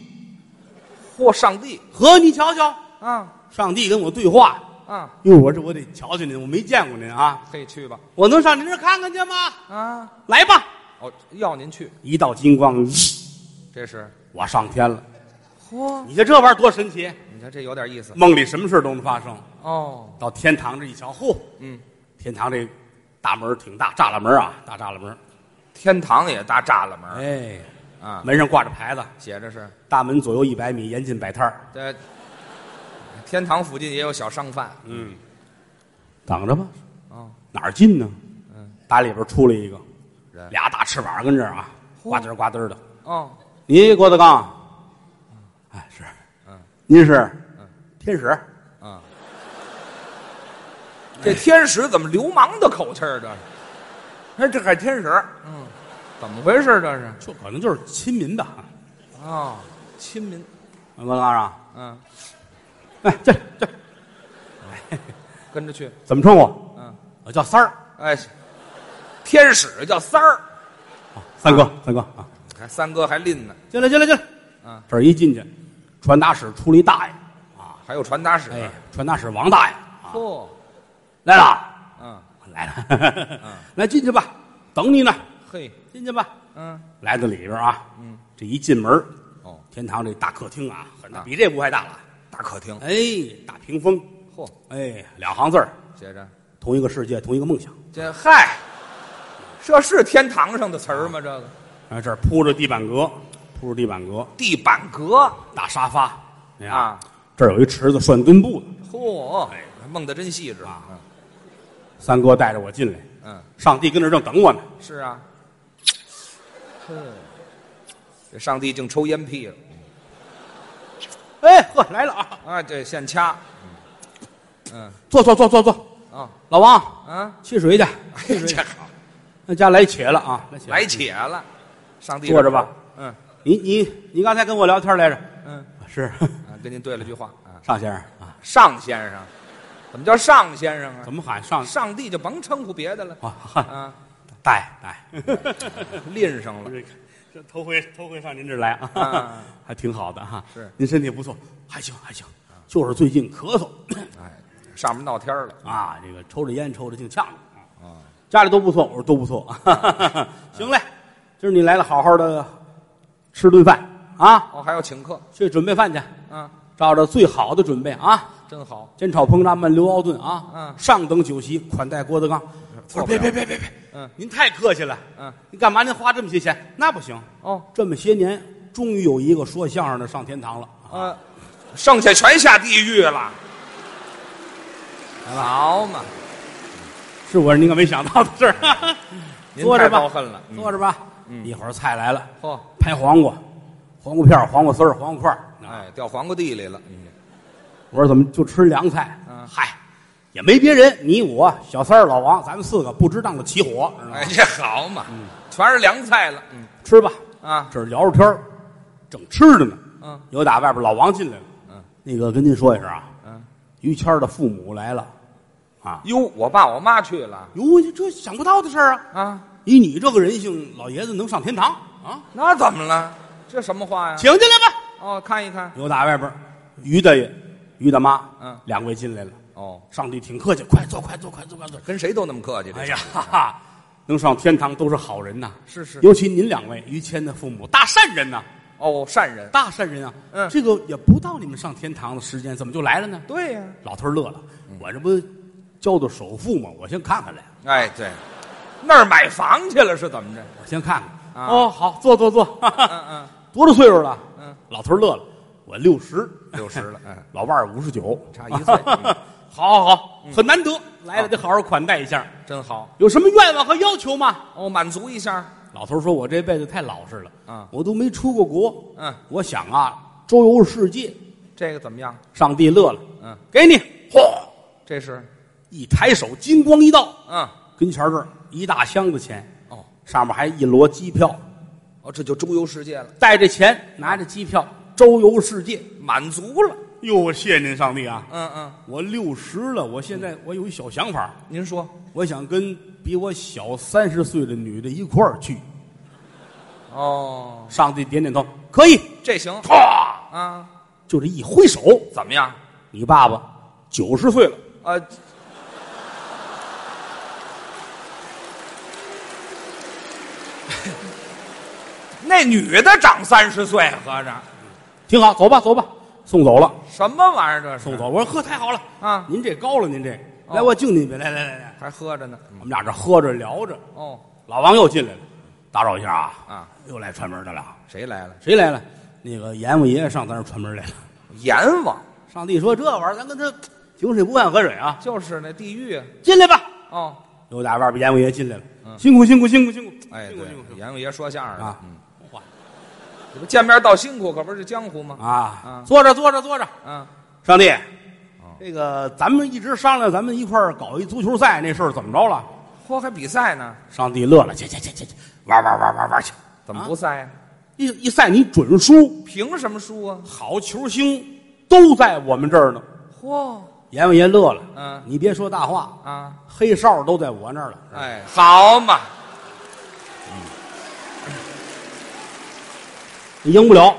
Speaker 3: 嚯，上帝
Speaker 2: 和你瞧瞧，
Speaker 3: 啊
Speaker 2: 上帝跟我对话。
Speaker 3: 啊！
Speaker 2: 哟，我这我得瞧瞧您，我没见过您啊，
Speaker 3: 可以去吧
Speaker 2: 我能上您这儿看看去吗？
Speaker 3: 啊！
Speaker 2: 来吧，
Speaker 3: 哦，要您去，
Speaker 2: 一道金光，
Speaker 3: 这是
Speaker 2: 我上天了。
Speaker 3: 嚯！
Speaker 2: 你瞧这玩意儿多神奇，
Speaker 3: 你看这有点意思
Speaker 2: 梦里什么事儿都能发生。
Speaker 3: 哦。
Speaker 2: 到天堂这一瞧，嚯，
Speaker 3: 嗯，
Speaker 2: 天堂这大门儿挺大，栅栏门儿啊，大栅栏门儿。
Speaker 3: 天堂也搭栅栏门
Speaker 2: 哎，
Speaker 3: 啊，
Speaker 2: 门上挂着牌子，
Speaker 3: 写着是
Speaker 2: 大门左右一百米，严禁摆摊儿。
Speaker 3: 在天堂附近也有小商贩
Speaker 2: 嗯，等着吧，
Speaker 3: 啊。
Speaker 2: 哪儿近呢？
Speaker 3: 嗯，
Speaker 2: 打里边出来一个，
Speaker 3: 人
Speaker 2: 俩大翅膀跟这儿啊，呱嘚儿呱嘚儿的。
Speaker 3: 哦，
Speaker 2: 您郭德纲，哎是，
Speaker 3: 嗯，
Speaker 2: 您是
Speaker 3: 嗯
Speaker 2: 天使，
Speaker 3: 啊，这天使怎么流氓的口气儿？这是，哎，这还天使？嗯，怎么回事？这是
Speaker 2: 这可能就是亲民吧。
Speaker 3: 啊，亲民，
Speaker 2: 郭德纲啊，
Speaker 3: 嗯，
Speaker 2: 哎这这
Speaker 3: 跟着去，
Speaker 2: 怎么称呼？
Speaker 3: 嗯，
Speaker 2: 我叫三儿，
Speaker 3: 哎，天使叫三儿，
Speaker 2: 三哥，三哥啊，
Speaker 3: 还三哥还拎呢，
Speaker 2: 进来进来进来。
Speaker 3: 嗯，
Speaker 2: 这儿一进去，传达室出了一大爷，
Speaker 3: 还有传达室，
Speaker 2: 哎，传达室王大爷啊，
Speaker 3: 嚯，
Speaker 2: 来了
Speaker 3: 嗯，
Speaker 2: 来了， 来进去吧，等你呢，
Speaker 3: 嘿，
Speaker 2: 进去吧。
Speaker 3: 嗯，
Speaker 2: 来到里边啊，
Speaker 3: 嗯，
Speaker 2: 这一进门，
Speaker 3: 哦，
Speaker 2: 天堂这大客厅啊，很大，
Speaker 3: 啊
Speaker 2: 比这屋还大了。
Speaker 3: 大客厅，
Speaker 2: 哎，大屏风，
Speaker 3: 嚯，
Speaker 2: 哎，两行字儿，
Speaker 3: 写着
Speaker 2: 同一个世界，同一个梦想。
Speaker 3: 这嗨，这是天堂上的词儿吗？这个
Speaker 2: 啊，这儿铺着地板革，铺着地板革，
Speaker 3: 地板革
Speaker 2: 大沙发。哎呀
Speaker 3: 啊，
Speaker 2: 这儿有一池子涮墩布的。
Speaker 3: 嚯
Speaker 2: 哎，
Speaker 3: 梦得真细致
Speaker 2: 啊
Speaker 3: 嗯
Speaker 2: 三哥带着我进来，
Speaker 3: 嗯。啊
Speaker 2: 上帝跟这儿正等我呢。
Speaker 3: 是啊，哼，这上帝净抽烟屁了
Speaker 2: 哎呵，来了啊！
Speaker 3: 啊！这现掐，
Speaker 2: 坐坐坐坐坐，
Speaker 3: 啊
Speaker 2: 老王，
Speaker 3: 啊！
Speaker 2: 汽水去，
Speaker 3: 哎，这好，
Speaker 2: 那家来且了啊，来且
Speaker 3: 来且了，上帝
Speaker 2: 坐着吧。
Speaker 3: 嗯
Speaker 2: 你你你刚才跟我聊天来着？
Speaker 3: 嗯，
Speaker 2: 是
Speaker 3: 啊，跟您对了句话啊，
Speaker 2: 尚先生啊，
Speaker 3: 上先生， 怎么叫上先生啊
Speaker 2: 怎？么喊尚？
Speaker 3: 上帝就甭称呼别的了
Speaker 2: 啊，
Speaker 3: 啊，
Speaker 2: 大爷大爷，
Speaker 3: 拎上了，
Speaker 2: 这这头回头回上您这儿来啊
Speaker 3: 啊，
Speaker 2: 还挺好的哈。
Speaker 3: 是
Speaker 2: 您身体不错，还行还行，就是最近咳嗽
Speaker 3: 哎，上面闹天儿了，
Speaker 2: 啊，这个抽着烟抽着挺呛着啊。
Speaker 3: 啊，
Speaker 2: 家里都不错，我说都不错。 行嘞，今儿你来了，好好的吃顿饭啊，
Speaker 3: 哦，还要请客，
Speaker 2: 去准备饭去，
Speaker 3: 啊，
Speaker 2: 照着最好的准备啊。
Speaker 3: 真好，
Speaker 2: 煎炒烹炸焖溜熬炖啊，
Speaker 3: 嗯
Speaker 2: 上等酒席款待郭德纲。我说
Speaker 3: 错不
Speaker 2: 别
Speaker 3: 了
Speaker 2: 别别别别，
Speaker 3: 嗯
Speaker 2: 您太客气了，
Speaker 3: 嗯，
Speaker 2: 您干嘛您花这么些钱？那不行，
Speaker 3: 哦，
Speaker 2: 这么些年终于有一个说相声的上天堂了，啊
Speaker 3: 呃，剩下全下地狱了，
Speaker 2: 来吧，
Speaker 3: 好嘛，
Speaker 2: 是我您可没想到的事儿。
Speaker 3: 您
Speaker 2: 坐着
Speaker 3: 太
Speaker 2: 吧
Speaker 3: 抱恨了，嗯
Speaker 2: 坐着吧，一会儿菜来了，
Speaker 3: 嚯，
Speaker 2: 拍黄瓜，黄瓜片儿、黄瓜丝儿、黄瓜块儿。啊
Speaker 3: 哎，掉黄瓜地里了，嗯
Speaker 2: 我说怎么就吃凉菜
Speaker 3: 嗯？
Speaker 2: 嗨，也没别人，你我小三儿老王，咱们四个不值当的起火，知道吗
Speaker 3: 哎，这好嘛，全是凉菜了，嗯
Speaker 2: 吃吧。
Speaker 3: 啊，
Speaker 2: 这儿聊着天儿正吃着呢，
Speaker 3: 嗯，
Speaker 2: 有打外边老王进来了，
Speaker 3: 嗯，
Speaker 2: 那个跟您说一声啊，
Speaker 3: 嗯，
Speaker 2: 于谦儿的父母来了，啊，
Speaker 3: 哟，我爸我妈去了
Speaker 2: 哟，这想不到的事儿啊！
Speaker 3: 啊，
Speaker 2: 以你这个人性，老爷子能上天堂啊？
Speaker 3: 那怎么了？这什么话呀？
Speaker 2: 请进来吧。
Speaker 3: 哦，看一看，
Speaker 2: 有打外边，于大爷、于大妈，
Speaker 3: 嗯
Speaker 2: 两位进来了，
Speaker 3: 哦，
Speaker 2: 上帝挺客气，快坐，快坐，快坐，快坐。
Speaker 3: 跟谁都那么客气，这
Speaker 2: 哎呀，哈哈，能上天堂都是好人呐，
Speaker 3: 是是，
Speaker 2: 尤其您两位，于谦的父母，大善人呐，
Speaker 3: 哦，善人，
Speaker 2: 大善人啊。
Speaker 3: 嗯
Speaker 2: 这个也不到你们上天堂的时间，怎么就来了呢？
Speaker 3: 对呀、
Speaker 2: 老头儿乐了，
Speaker 3: 嗯
Speaker 2: 我这不交的首付吗？我先看看来，
Speaker 3: 哎，对，那儿买房去了是怎么着？
Speaker 2: 我先看看。
Speaker 3: 啊
Speaker 2: 哦，好，坐坐坐。
Speaker 3: 嗯嗯，
Speaker 2: 多大岁数了？
Speaker 3: 嗯，
Speaker 2: 老头儿乐了，我六十，
Speaker 3: 六十了，嗯，
Speaker 2: 老伴儿五十九，
Speaker 3: 差一 岁嗯
Speaker 2: 好好好，很难得来了，得好好款待一下。
Speaker 3: 真好，
Speaker 2: 有什么愿望和要求吗？
Speaker 3: 哦，满足一下，
Speaker 2: 老头儿说：“我这辈子太老实了，
Speaker 3: 嗯
Speaker 2: 我都没出过国，
Speaker 3: 嗯，
Speaker 2: 我想啊，周游世界。”
Speaker 3: 这个怎么样？
Speaker 2: 上帝乐了，
Speaker 3: 嗯，
Speaker 2: 给你，嚯，
Speaker 3: 这是，
Speaker 2: 一抬手，金光一道，
Speaker 3: 嗯，
Speaker 2: 跟前儿这儿一大箱子钱，
Speaker 3: 哦
Speaker 2: 上面还一摞机票，
Speaker 3: 哦，这就周游世界了，
Speaker 2: 带着钱，拿着机票，周游世界。
Speaker 3: 满足了，
Speaker 2: 哟，我谢您上帝啊！
Speaker 3: 嗯嗯，
Speaker 2: 我六十了，我现在我有一小想法，
Speaker 3: 您说，
Speaker 2: 我想跟比我小三十岁的女的一块儿去。
Speaker 3: 哦，
Speaker 2: 上帝点点头，可以。
Speaker 3: 这行
Speaker 2: 唰，
Speaker 3: 啊，
Speaker 2: 就这一挥手，
Speaker 3: 怎么样？
Speaker 2: 你爸爸九十岁了，
Speaker 3: 啊， 那女的长三十岁，合着
Speaker 2: 挺好，走吧，走吧，送走了，
Speaker 3: 什么玩意儿？这
Speaker 2: 送
Speaker 3: 是
Speaker 2: 走。我说呵，太好了
Speaker 3: 啊
Speaker 2: 您这高了，您这，
Speaker 3: 哦
Speaker 2: 来，我敬您一杯，来来来来，
Speaker 3: 还喝着呢。
Speaker 2: 我们俩这喝着聊着，
Speaker 3: 哦
Speaker 2: 老王又进来了，打扰一下啊，
Speaker 3: 啊，
Speaker 2: 又来串门的了。
Speaker 3: 谁来了？
Speaker 2: 谁来了？那个阎王爷上咱这儿串门来了。
Speaker 3: 阎王
Speaker 2: 上帝说：“这玩意儿咱跟他井水不犯河水啊，
Speaker 3: 就是那地狱啊
Speaker 2: 进来吧。
Speaker 3: 哦，”
Speaker 2: 又打外边阎王爷进来了，
Speaker 3: 嗯
Speaker 2: 辛苦辛苦辛苦辛苦，
Speaker 3: 哎，
Speaker 2: 辛苦
Speaker 3: 对
Speaker 2: 辛苦，辛
Speaker 3: 阎王爷说相声
Speaker 2: 苦
Speaker 3: 的
Speaker 2: 啊，
Speaker 3: 嗯，
Speaker 2: 哇
Speaker 3: 这不见面道辛苦，可不是江湖吗？
Speaker 2: 啊
Speaker 3: 啊，
Speaker 2: 坐着坐着坐着，
Speaker 3: 啊，
Speaker 2: 上帝，
Speaker 3: 哦
Speaker 2: 这个咱们一直商量，咱们一块儿搞一足球赛，那事儿怎么着了？
Speaker 3: 嚯，还比赛呢？
Speaker 2: 上帝乐了，去去去去去，玩玩玩玩玩去，
Speaker 3: 怎么
Speaker 2: 啊
Speaker 3: 不赛呀？
Speaker 2: 一一赛你准输，
Speaker 3: 凭什么输啊？
Speaker 2: 好球星都在我们这儿呢。
Speaker 3: 嚯
Speaker 2: 阎王爷乐了，
Speaker 3: 嗯
Speaker 2: 你别说大话，
Speaker 3: 啊！
Speaker 2: 黑哨都在我那儿了。
Speaker 3: 哎，好嘛，
Speaker 2: 你赢不 了。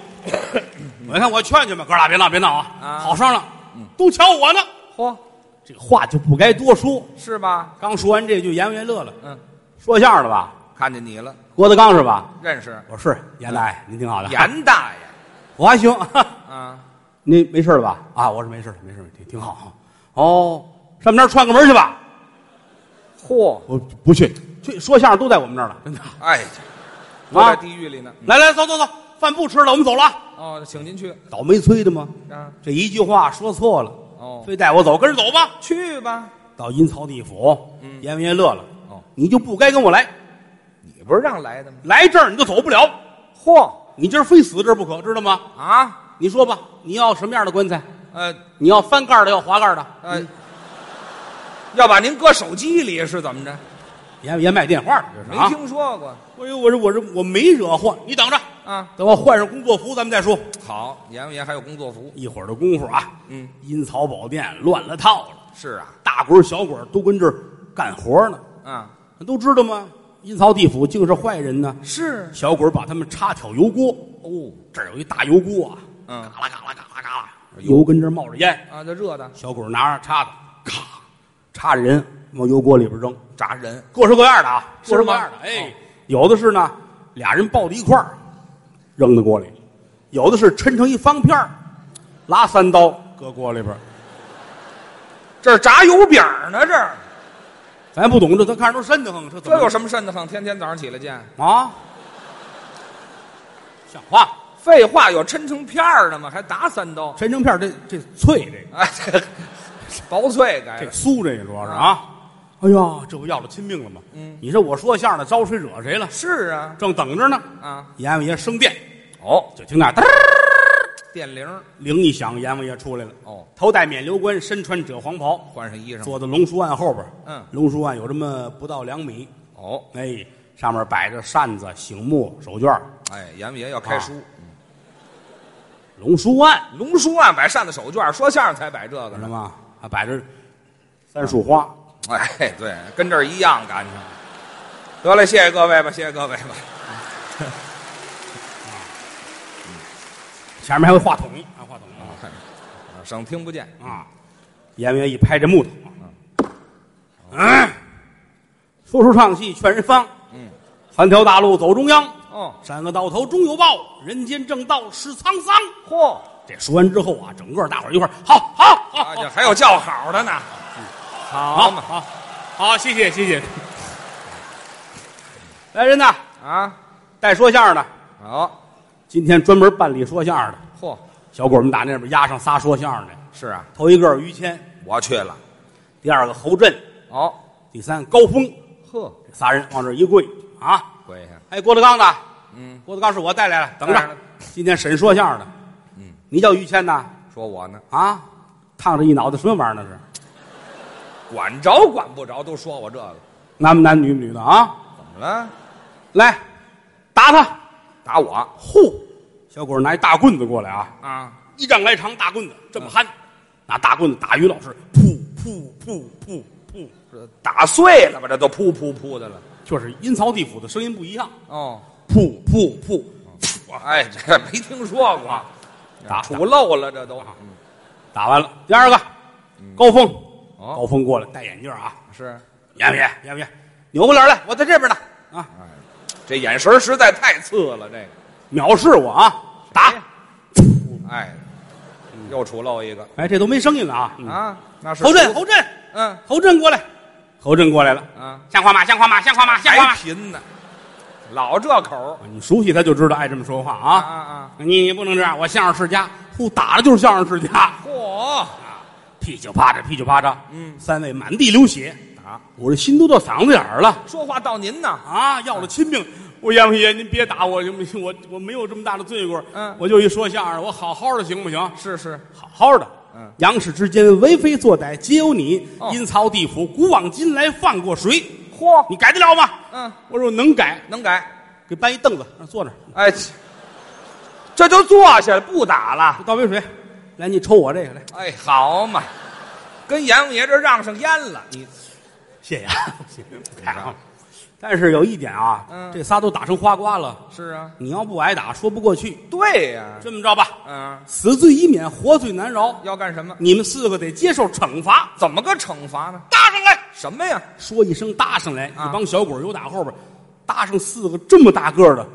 Speaker 2: 我看我劝劝吧，哥俩别闹别闹啊，
Speaker 3: 啊
Speaker 2: 好商量，都瞧我呢。
Speaker 3: 嚯，
Speaker 2: 这个话就不该多说。
Speaker 3: 是吧？
Speaker 2: 刚说完这句，阎王爷乐了，
Speaker 3: 嗯，
Speaker 2: 说相声的吧，
Speaker 3: 看见你了，
Speaker 2: 郭德纲是吧？
Speaker 3: 认识
Speaker 2: 我说是阎大爷，您挺好的。
Speaker 3: 严大爷
Speaker 2: 我还行，
Speaker 3: 啊？
Speaker 2: 您没事了吧？啊，我说没事了，没事了，挺挺好啊。哦，上我们那儿串个门去吧。
Speaker 3: 嚯，
Speaker 2: 我不去，去说相声都在我们那儿了，真的。
Speaker 3: 哎，都
Speaker 2: 啊
Speaker 3: 在地狱里呢。
Speaker 2: 来来，走走走，饭不吃了，我们走了啊。
Speaker 3: 哦，请您去
Speaker 2: 倒霉催的吗？
Speaker 3: 啊？
Speaker 2: 这一句话说错了，
Speaker 3: 哦，
Speaker 2: 非带我走，跟着走吧。
Speaker 3: 去吧。
Speaker 2: 到阴曹地府，
Speaker 3: 嗯
Speaker 2: 阎王爷乐了，
Speaker 3: 哦
Speaker 2: 你就不该跟我来，
Speaker 3: 你不是让来的吗？
Speaker 2: 来这儿你就走不了。
Speaker 3: 嚯，
Speaker 2: 你今儿非死这儿不可，知道吗？
Speaker 3: 啊，
Speaker 2: 你说吧，你要什么样的棺材？
Speaker 3: 呃
Speaker 2: 你要翻盖的，要滑盖的，
Speaker 3: 呃，要把您搁手机里是怎么着？
Speaker 2: 也也卖电话的，这
Speaker 3: 没
Speaker 2: 是啊！
Speaker 3: 听说过
Speaker 2: 哎呦，我这我这我没惹祸，你等着，
Speaker 3: 啊？
Speaker 2: 等我换上工作服咱们再说。
Speaker 3: 好，演员还有工作服，
Speaker 2: 一会儿的功夫啊，
Speaker 3: 嗯，
Speaker 2: 阴曹宝殿乱了套了，
Speaker 3: 是啊，
Speaker 2: 大鬼儿小鬼儿都跟这儿干活呢，
Speaker 3: 啊，
Speaker 2: 都知道吗？阴曹地府竟是坏人呢，
Speaker 3: 是
Speaker 2: 小鬼儿把他们插挑油锅，
Speaker 3: 嗯哦，
Speaker 2: 这儿有一大油锅啊，
Speaker 3: 嗯
Speaker 2: 嘎啦嘎啦嘎啦嘎啦，油跟这儿冒着烟，
Speaker 3: 啊，这热的
Speaker 2: 小鬼儿拿着叉子，咔，插着人往油锅里边扔，
Speaker 3: 炸人，
Speaker 2: 各式各样的啊，
Speaker 3: 是
Speaker 2: 各
Speaker 3: 吗
Speaker 2: 式各样的。哎
Speaker 3: 哦，
Speaker 2: 有的是呢，俩人抱在一块儿扔到锅里，有的是抻成一方片儿拉三刀搁锅里边儿。
Speaker 3: 这儿炸油饼儿呢，这儿
Speaker 2: 咱不懂这，他看着都瘆得慌，这怎
Speaker 3: 这
Speaker 2: 么
Speaker 3: 有什么瘆得慌？天天早上起来见，
Speaker 2: 啊？像话吗，
Speaker 3: 废话，有抻成片儿的吗？还打三刀？
Speaker 2: 抻成片儿这这脆这个
Speaker 3: 哎， 这个薄脆改
Speaker 2: 这
Speaker 3: 了
Speaker 2: 酥这个主要是哎啊。哎呀，这不要了亲命了吗？
Speaker 3: 嗯，
Speaker 2: 你说我说相声的招谁惹谁了？
Speaker 3: 是啊，
Speaker 2: 正等着呢，
Speaker 3: 啊，
Speaker 2: 阎王爷升殿，
Speaker 3: 哦，
Speaker 2: 就听那嘚儿
Speaker 3: 电铃儿
Speaker 2: 铃一响，阎王爷出来了。
Speaker 3: 哦，
Speaker 2: 头戴冕旒冠，身穿赭黄袍，
Speaker 3: 换上衣裳，
Speaker 2: 坐在龙书案后边。
Speaker 3: 嗯
Speaker 2: 龙书案有这么不到两米，
Speaker 3: 哦，
Speaker 2: 哎，上面摆着扇子、醒目、手绢儿。
Speaker 3: 哎，阎王爷要开书，
Speaker 2: 龙书案，
Speaker 3: 龙书案摆扇子手绢，说相声才摆这个
Speaker 2: 知
Speaker 3: 呢
Speaker 2: 道。吗？啊，摆着三束花。
Speaker 3: 哎，对，跟这儿一样赶上。得了，谢谢各位吧，谢谢各位吧。
Speaker 2: 前面还有话筒，啊，话筒
Speaker 3: 啊省听不见。
Speaker 2: 啊！阎王爷一拍这木头，嗯，说书唱戏劝人方，
Speaker 3: 嗯，
Speaker 2: 三条大路走中央，
Speaker 3: 哦，
Speaker 2: 山恶到头终有报，人间正道是沧桑。
Speaker 3: 嚯，
Speaker 2: 这说完之后啊，整个大伙儿一块儿，好好好
Speaker 3: 啊，这还有叫好的呢。好
Speaker 2: 嗯好
Speaker 3: 嘛，
Speaker 2: 好好，谢谢谢谢。来人呐，
Speaker 3: 啊，
Speaker 2: 带说相声的，
Speaker 3: 好，
Speaker 2: 今天专门办理说相声的
Speaker 3: 嚯，
Speaker 2: 小鬼儿们打那边压上仨说相声的，
Speaker 3: 是啊，
Speaker 2: 头一个于谦，
Speaker 3: 我去了。
Speaker 2: 第二个侯震，
Speaker 3: 哦，
Speaker 2: 第三个高峰，
Speaker 3: 呵，
Speaker 2: 仨人往这儿一跪啊！
Speaker 3: 跪下。
Speaker 2: 哎，郭德纲的，
Speaker 3: 嗯，
Speaker 2: 郭德纲是我带来了，等
Speaker 3: 当然
Speaker 2: 着
Speaker 3: 了，
Speaker 2: 今天审说相声的。
Speaker 3: 嗯，
Speaker 2: 你叫于谦呐？
Speaker 3: 说我呢，
Speaker 2: 啊，烫着一脑袋什么玩意儿那是？
Speaker 3: 管着管不着，都说我这个，
Speaker 2: 男不男女不女的啊？
Speaker 3: 怎么了？
Speaker 2: 来，打他！
Speaker 3: 打我
Speaker 2: 呼，小鬼儿拿一大棍子过来啊，
Speaker 3: 啊？
Speaker 2: 一丈来长大棍子，这么憨，拿大棍子打于老师，噗噗噗噗噗，
Speaker 3: 这打碎了吧？这都噗噗噗的了。
Speaker 2: 就是阴曹地府的声音不一样，
Speaker 3: 哦，
Speaker 2: 噗噗噗，啊
Speaker 3: 哎，这没听说过，
Speaker 2: 打啊嗯
Speaker 3: 杵漏了，这都。
Speaker 2: 打完了，第二个，高峰，
Speaker 3: 哦
Speaker 2: 高峰过来戴眼镜啊，
Speaker 3: 是，
Speaker 2: 阎王爷，阎王爷，扭过脸来，我在这边呢。啊，
Speaker 3: 哎这眼神实在太次了，这个。
Speaker 2: 藐视我啊，打！嗯
Speaker 3: 哎，又杵漏一个
Speaker 2: 哎，这都没声音了啊。嗯
Speaker 3: 啊！那是
Speaker 2: 侯震，侯震，
Speaker 3: 嗯
Speaker 2: 侯震过来，侯震过来了。
Speaker 3: 啊，
Speaker 2: 像话吗？像话吗？像话吗？像话
Speaker 3: 还
Speaker 2: 吗？
Speaker 3: 贫呢，老这口
Speaker 2: 你熟悉他就知道爱这么说话
Speaker 3: 啊
Speaker 2: 啊。
Speaker 3: 啊！
Speaker 2: 你你不能这样，我相声世家，呼打的就是相声世家，
Speaker 3: 嚯，
Speaker 2: 噼里啪嚓，噼里啪嚓，
Speaker 3: 嗯，啊
Speaker 2: 三位满地流血，
Speaker 3: 打
Speaker 2: 我这心都到嗓子眼儿了
Speaker 3: 说话到您呢，
Speaker 2: 啊，要了亲命。我阎王爷，您别打我，我我没有这么大的罪过，
Speaker 3: 嗯
Speaker 2: 我就一说相声，我好好的行不行？
Speaker 3: 是是，
Speaker 2: 好好的。
Speaker 3: 嗯
Speaker 2: 杨氏之间为非作歹，皆有你。
Speaker 3: 哦
Speaker 2: 阴曹地府，古往今来放过谁？
Speaker 3: 嚯，
Speaker 2: 你改得了吗？
Speaker 3: 嗯，
Speaker 2: 我说我能改，
Speaker 3: 能改，
Speaker 2: 给搬一凳子让坐那儿，
Speaker 3: 哎，切这就坐下了，不打了，
Speaker 2: 倒杯水，来你抽我这个来，
Speaker 3: 哎，好嘛，跟阎王爷这让上烟了，你
Speaker 2: 谢谢 啊，谢谢，不敢啊。但是有一点啊，
Speaker 3: 嗯
Speaker 2: 这仨都打成花瓜了，
Speaker 3: 是啊，
Speaker 2: 你要不挨打说不过去。
Speaker 3: 对呀，
Speaker 2: 这么着吧，
Speaker 3: 嗯，
Speaker 2: 死罪已免，活罪难饶，
Speaker 3: 要干什么？
Speaker 2: 你们四个得接受惩罚。
Speaker 3: 怎么个惩罚呢？
Speaker 2: 搭上来，
Speaker 3: 什么呀？
Speaker 2: 说一声搭上来，
Speaker 3: 啊
Speaker 2: 一帮小鬼儿由打后边搭上四个这么大个儿的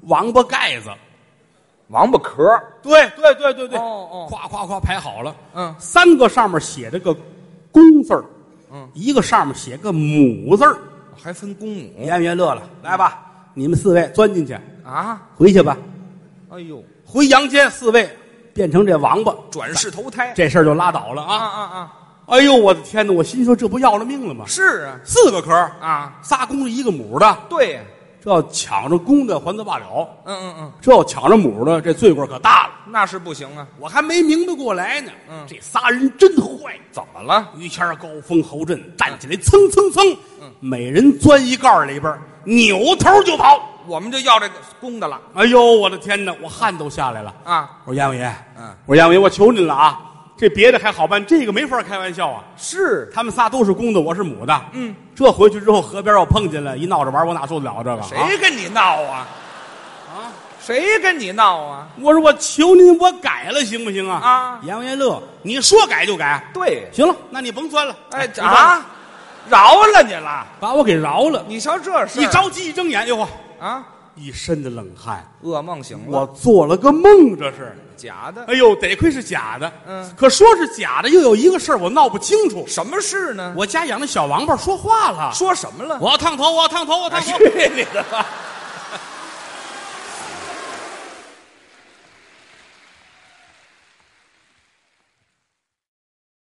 Speaker 2: 王八盖子。
Speaker 3: 王八壳，
Speaker 2: 对对对对对，
Speaker 3: 哦哦
Speaker 2: 夸夸夸排好了，
Speaker 3: 嗯
Speaker 2: 三个上面写着个公字儿，
Speaker 3: 嗯，
Speaker 2: 一个上面写个母字儿。
Speaker 3: 还分公母
Speaker 2: 阎王爷乐了，来吧，你们四位钻进去，
Speaker 3: 啊？
Speaker 2: 回去吧，
Speaker 3: 哎呦，
Speaker 2: 回阳间，四位变成这王八，
Speaker 3: 转世投胎，
Speaker 2: 这事儿就拉倒了
Speaker 3: 啊
Speaker 2: 啊！
Speaker 3: 啊啊！
Speaker 2: 哎呦，我的天哪，我心说这不要了命了吗？
Speaker 3: 是啊
Speaker 2: 四个壳儿，
Speaker 3: 啊，
Speaker 2: 仨公的一个母的，
Speaker 3: 对呀，
Speaker 2: 这要抢着公的还则罢了，
Speaker 3: 嗯嗯嗯，
Speaker 2: 这要抢着母的，这罪过可大了。
Speaker 3: 那是不行啊。
Speaker 2: 我还没明白过来呢，
Speaker 3: 嗯
Speaker 2: 这仨人真坏。
Speaker 3: 怎么了？
Speaker 2: 于谦儿高峰侯震站起来，蹭蹭蹭，每人钻一盖儿里边儿，扭头就跑。
Speaker 3: 我们就要这个公的了
Speaker 2: 哎呦，我的天哪！我汗都下来了。
Speaker 3: 啊！
Speaker 2: 我说阎王爷，
Speaker 3: 嗯，
Speaker 2: 我说阎王爷，我求您了啊！这别的还好办，这个没法开玩笑啊。
Speaker 3: 是
Speaker 2: 他们仨都是公的，我是母的。嗯，这回去之后，河边要碰见了，一闹着玩，我哪受得了这个？啊
Speaker 3: 谁跟你闹啊？啊，谁跟你闹啊？
Speaker 2: 我说我求您，我改了行不行啊？
Speaker 3: 啊
Speaker 2: 阎王爷乐，你说改就改，
Speaker 3: 对，
Speaker 2: 行了，那你甭钻了。
Speaker 3: 哎
Speaker 2: 甭钻了
Speaker 3: 啊，饶了你了！
Speaker 2: 把我给饶了。
Speaker 3: 你瞧这事儿
Speaker 2: 一着急一睁眼，哟呵，
Speaker 3: 啊，
Speaker 2: 一身的冷汗。
Speaker 3: 噩梦醒了，
Speaker 2: 我做了个梦，这是。
Speaker 3: 假的。
Speaker 2: 哎呦，得亏是假的。
Speaker 3: 嗯
Speaker 2: 可说是假的，又有一个事儿我闹不清楚。
Speaker 3: 什么事呢？
Speaker 2: 我家养的小王八说话了，哎
Speaker 3: 说什么了？
Speaker 2: 我要烫头，我要烫头，我要烫头。
Speaker 3: 去你的吧！